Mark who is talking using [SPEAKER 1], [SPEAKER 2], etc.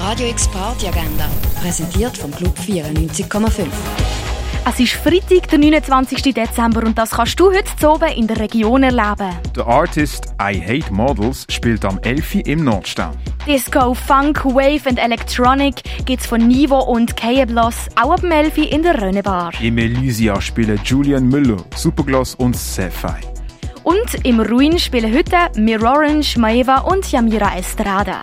[SPEAKER 1] Radio X Party Agenda, präsentiert vom Club 94,5.
[SPEAKER 2] Es ist Freitag, der 29. Dezember und das kannst du heute oben in der Region erleben.
[SPEAKER 3] Der Artist I Hate Models spielt am 11. im Nordstern.
[SPEAKER 2] Disco, Funk, Wave und Electronic gibt's von Nivo und Keblos, auch ab dem 11. in der Rönnebar.
[SPEAKER 3] Im Elysia spielen Julian Müller, Supergloss und Sefai.
[SPEAKER 2] Und im Ruin spielen heute Mirorange, Maeva und Yamira Estrada.